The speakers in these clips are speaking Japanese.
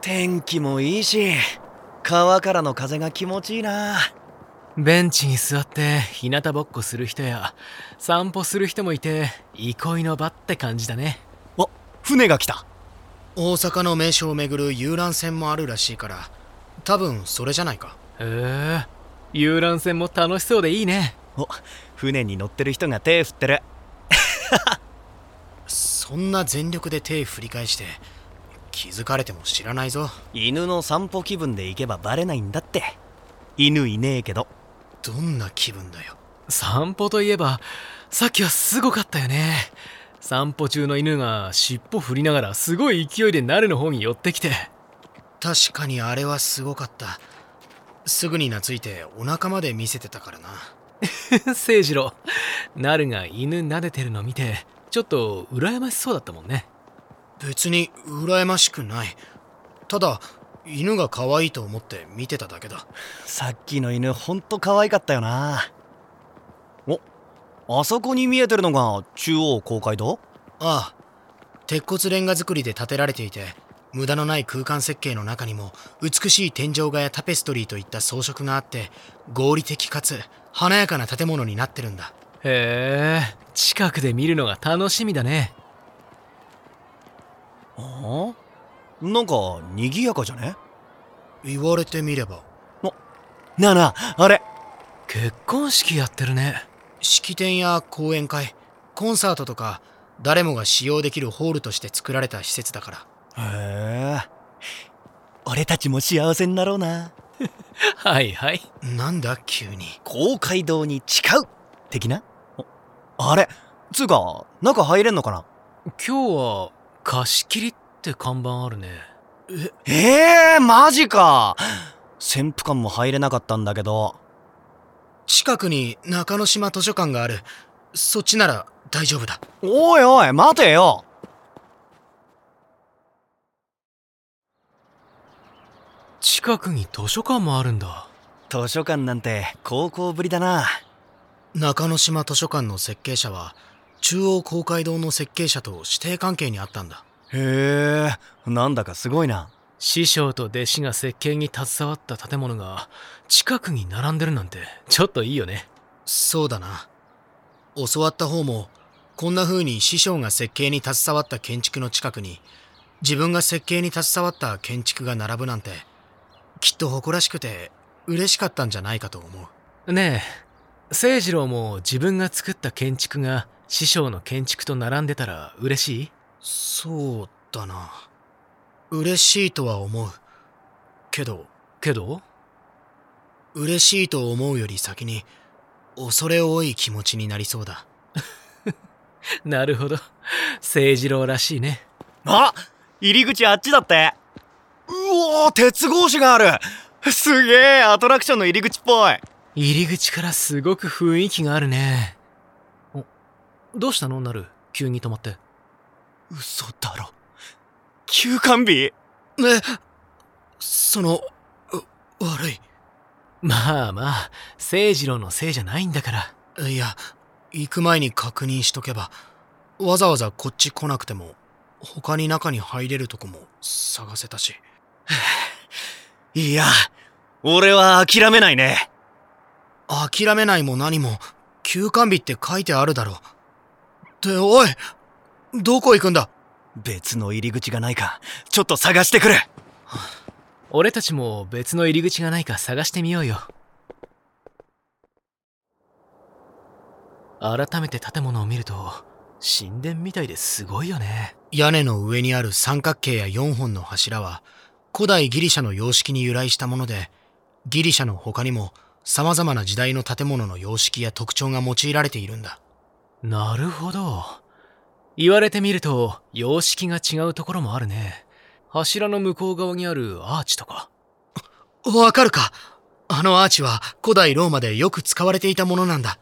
天気もいいし川からの風が気持ちいいなベンチに座って日向ぼっこする人や散歩する人もいて憩いの場って感じだねあ船が来た大阪の名所を巡る遊覧船もあるらしいから多分それじゃないかへえ遊覧船も楽しそうでいいねお船に乗ってる人が手振ってるそんな全力で手振り返して気づかれても知らないぞ犬の散歩気分で行けばバレないんだって犬いねえけどどんな気分だよ散歩といえばさっきはすごかったよね散歩中の犬が尻尾振りながらすごい勢いでナルの方に寄ってきて確かにあれはすごかったすぐに懐いてお腹まで見せてたから な聖次郎ナルが犬撫でてるの見てちょっと羨ましそうだったもんね別に羨ましくないただ犬が可愛いと思って見てただけださっきの犬ほんと可愛かったよなおあそこに見えてるのが中央公会堂ああ鉄骨レンガ造りで建てられていて無駄のない空間設計の中にも美しい天井画やタペストリーといった装飾があって合理的かつ華やかな建物になってるんだへえ近くで見るのが楽しみだねあなんか賑やかじゃね言われてみればなあなああれ結婚式やってるね式典や講演会コンサートとか誰もが使用できるホールとして作られた施設だからへえ俺たちも幸せになろうなはいはいなんだ急に公会堂に誓う的なああれつうか中入れんのかな今日は貸し切りって看板あるねええー、マジか潜伏館も入れなかったんだけど近くに中之島図書館があるそっちなら大丈夫だおいおい待てよ近くに図書館もあるんだ図書館なんて高校ぶりだな中之島図書館の設計者は中央公会堂の設計者と指定関係にあったんだへえなんだかすごいな師匠と弟子が設計に携わった建物が近くに並んでるなんてちょっといいよねそうだな教わった方もこんな風に師匠が設計に携わった建築の近くに自分が設計に携わった建築が並ぶなんてきっと誇らしくて嬉しかったんじゃないかと思うねえ清次郎も自分が作った建築が師匠の建築と並んでたら嬉しいそうだな嬉しいとは思うけどけど嬉しいと思うより先に恐れ多い気持ちになりそうだなるほど清次郎らしいねあ入り口あっちだってうおー鉄格子があるすげえアトラクションの入り口っぽい入り口からすごく雰囲気があるねおどうしたのなる急に止まって嘘だろ休館日えそのう悪いまあまあ清次郎のせいじゃないんだからいや、行く前に確認しとけば、わざわざこっち来なくても、他に中に入れるとこも探せたし。 いや俺は諦めないね諦めないも何も、休館日って書いてあるだろう。って、おいどこ行くんだ別の入り口がないかちょっと探してくる俺たちも別の入り口がないか探してみようよ改めて建物を見ると神殿みたいですごいよね屋根の上にある三角形や4本の柱は、古代ギリシャの様式に由来したもので、ギリシャの他にも様々な時代の建物の様式や特徴が用いられているんだ。なるほど言われてみると様式が違うところもあるね柱の向こう側にあるアーチとかわかるかあのアーチは古代ローマでよく使われていたものなんだ。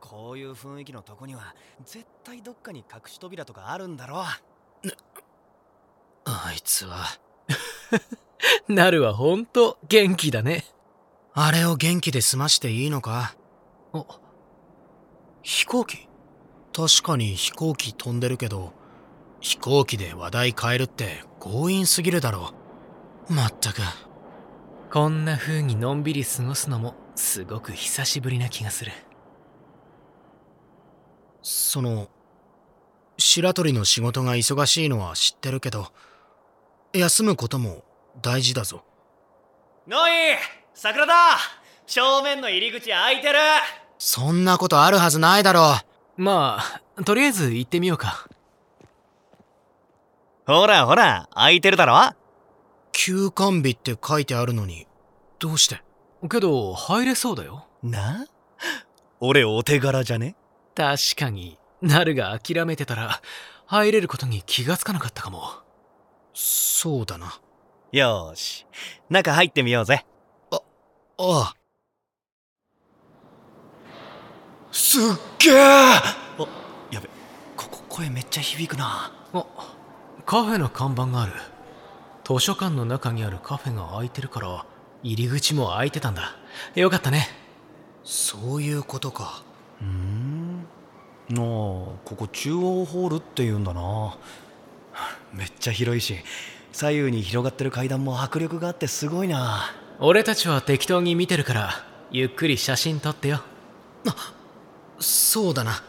こういう雰囲気のとこには絶対どっかに隠し扉とかあるんだろあいつは。なるはほんと元気だねあれを元気で済ましていいのかお飛行機確かに飛行機飛んでるけど、飛行機で話題変えるって強引すぎるだろまったくこんな風にのんびり過ごすのもすごく久しぶりな気がするその白鳥の仕事が忙しいのは知ってるけど休むことも大事だぞノイ桜だ正面の入り口開いてるそんなことあるはずないだろまあとりあえず行ってみようかほらほら開いてるだろ休館日って書いてあるのにどうしてけど入れそうだよな俺お手柄じゃね確かになるが諦めてたら入れることに気がつかなかったかもそうだなよーし中入ってみようぜああすっげえやべここ声めっちゃ響くなあカフェの看板がある図書館の中にあるカフェが開いてるから入り口も開いてたんだよかったねそういうことかうーんああここ中央ホールっていうんだなめっちゃ広いし左右に広がってる階段も迫力があってすごいな俺たちは適当に見てるからゆっくり写真撮ってよそうだな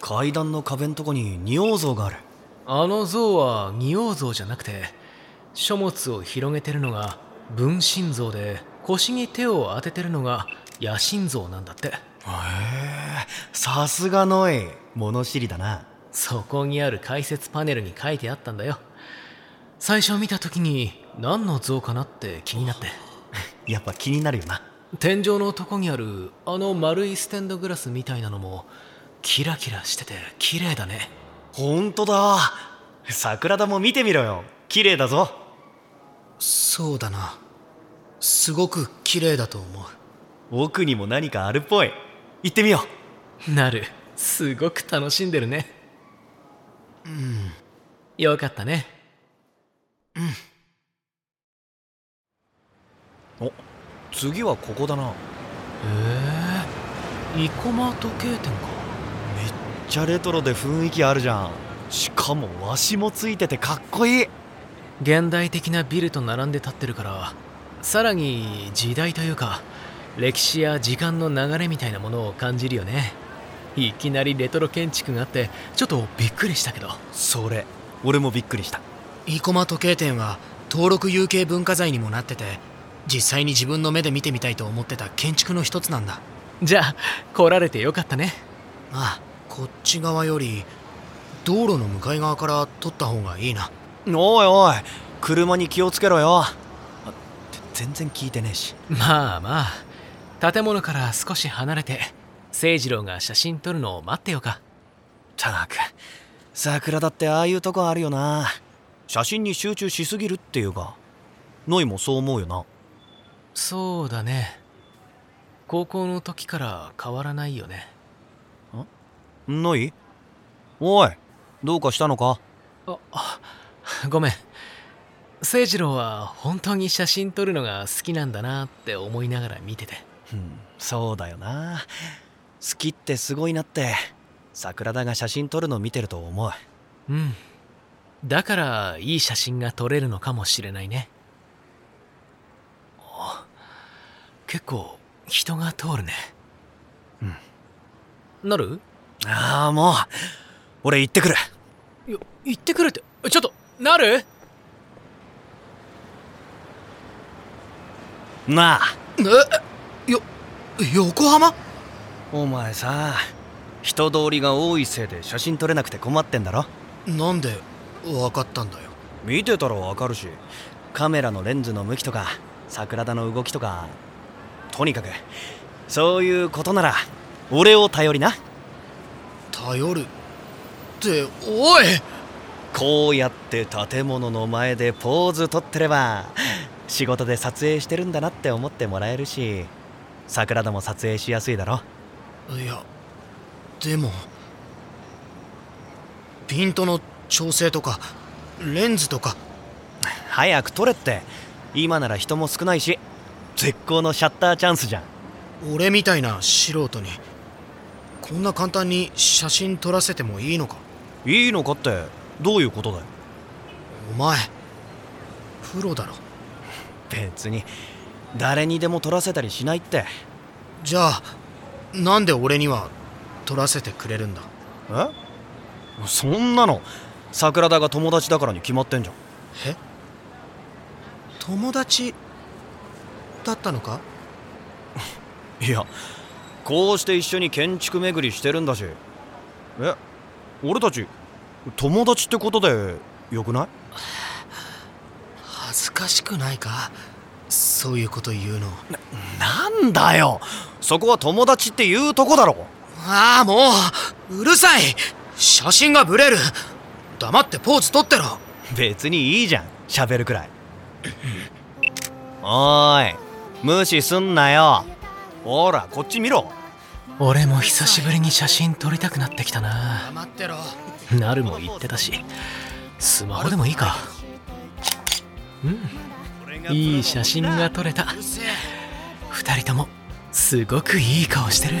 階段の壁んとこに仁王像があるあの像は仁王像じゃなくて書物を広げてるのが文心像で腰に手を当ててるのが野心像なんだってへえさすがノイ物知りだなそこにある解説パネルに書いてあったんだよ最初見た時に何の像かなって気になってやっぱ気になるよな天井のとこにあるあの丸いステンドグラスみたいなのもキラキラしてて綺麗だねほんとだ桜田も見てみろよ綺麗だぞそうだなすごく綺麗だと思う奥にも何かあるっぽい行ってみよなるすごく楽しんでるねうんよかったねうお次はここだなええ生駒時計店かめっちゃレトロで雰囲気あるじゃんしかもわしもついててかっこいい現代的なビルと並んで立ってるからさらに時代というか歴史や時間の流れみたいなものを感じるよねいきなりレトロ建築があってちょっとびっくりしたけどそれ俺もびっくりした生駒時計店は登録有形文化財にもなってて実際に自分の目で見てみたいと思ってた建築の一つなんだじゃあ来られてよかったねまあこっち側より道路の向かい側から撮った方がいいなおいおい車に気をつけろよあ全然聞いてねえしまあまあ建物から少し離れて誠次郎が写真撮るのを待ってよかたく桜だってああいうとこあるよな写真に集中しすぎるっていうかノイもそう思うよなそうだね高校の時から変わらないよねノイおいどうかしたのかああ ごめん誠次郎は本当に写真撮るのが好きなんだなって思いながら見ててうんそうだよな好きってすごいなって桜田が写真撮るの見てると思ううんだからいい写真が撮れるのかもしれないねあ結構人が通るねうんなるああもう俺行ってくるいや行ってくるってちょっとなるなあえよ横浜お前さ人通りが多いせいで写真撮れなくて困ってんだろなんで分かったんだよ見てたらわかるしカメラのレンズの向きとか桜田の動きとかとにかくそういうことなら俺を頼りな頼るっておいこうやって建物の前でポーズ撮ってれば仕事で撮影してるんだなって思ってもらえるし桜田も撮影しやすいだろいやでもピントの調整とかレンズとか早く撮れって今なら人も少ないし絶好のシャッターチャンスじゃん俺みたいな素人にこんな簡単に写真撮らせてもいいのかいいのかってどういうことだよお前プロだろ別に誰にでも取らせたりしないってじゃあなんで俺には取らせてくれるんだえそんなの桜田が友達だからに決まってんじゃんえ友達だったのかいやこうして一緒に建築巡りしてるんだしえ俺たち友達ってことでよくない恥ずかしくないかそういうこと言うのなんだよそこは友達っていうとこだろああもううるさい写真がブレる黙ってポーズ取ってろ別にいいじゃん喋るくらいおーい無視すんなよほらこっち見ろ俺も久しぶりに写真撮りたくなってきたな黙ってろなるも言ってたしスマホでもいいかいい写真が撮れたうるせえ2人ともすごくいい顔してる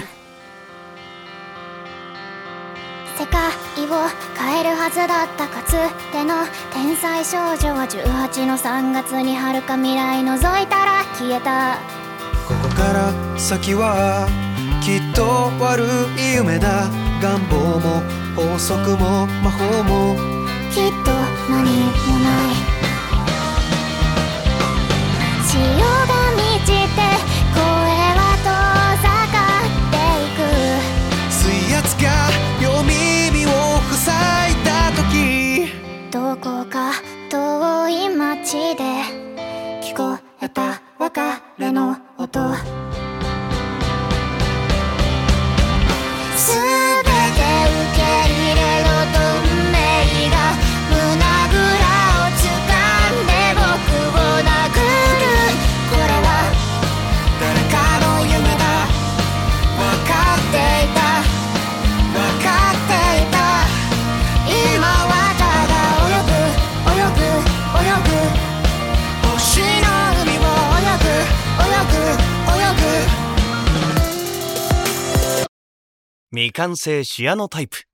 世界を変えるはずだったかつての天才少女は18の3月に遥か未来覗いたら消えたここから先はきっと悪い夢だ願望も法則も魔法もきっと何もない潮が満ちて声は遠ざかって水圧が両耳を塞いだ時いくどこか遠い街で聞こえた別れの音「すべて受け入れろと運命が」「胸ぐらを掴んで僕を殴る」「これは誰かの夢だ分かっていた分かっていた今はただ泳ぐ泳ぐ泳ぐ」星の海を泳ぐ泳ぐ泳ぐ未完成シアノタイプ